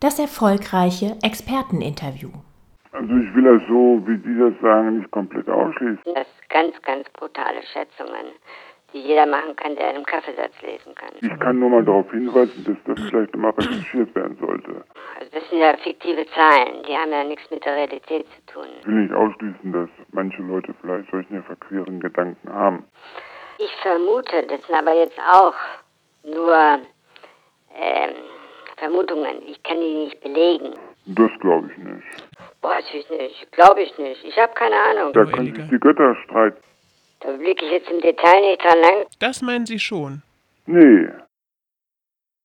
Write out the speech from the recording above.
Das erfolgreiche Experteninterview. Also ich will das so, wie die das sagen, nicht komplett ausschließen. Das sind ganz, ganz brutale Schätzungen, die jeder machen kann, der einen Kaffeesatz lesen kann. Ich kann nur mal darauf hinweisen, dass das vielleicht mal recherchiert werden sollte. Also das sind ja fiktive Zahlen, die haben ja nichts mit der Realität zu tun. Ich will nicht ausschließen, dass manche Leute vielleicht solche verqueren Gedanken haben. Ich vermute, das sind aber jetzt auch nur ähm, Vermutungen. Ich kann die nicht belegen. Das glaube ich nicht. Weiß ich nicht, glaube ich nicht. Ich habe keine Ahnung. Da können sich die Götter streiten. Da blicke ich jetzt im Detail nicht dran lang. Das meinen Sie schon. Nee,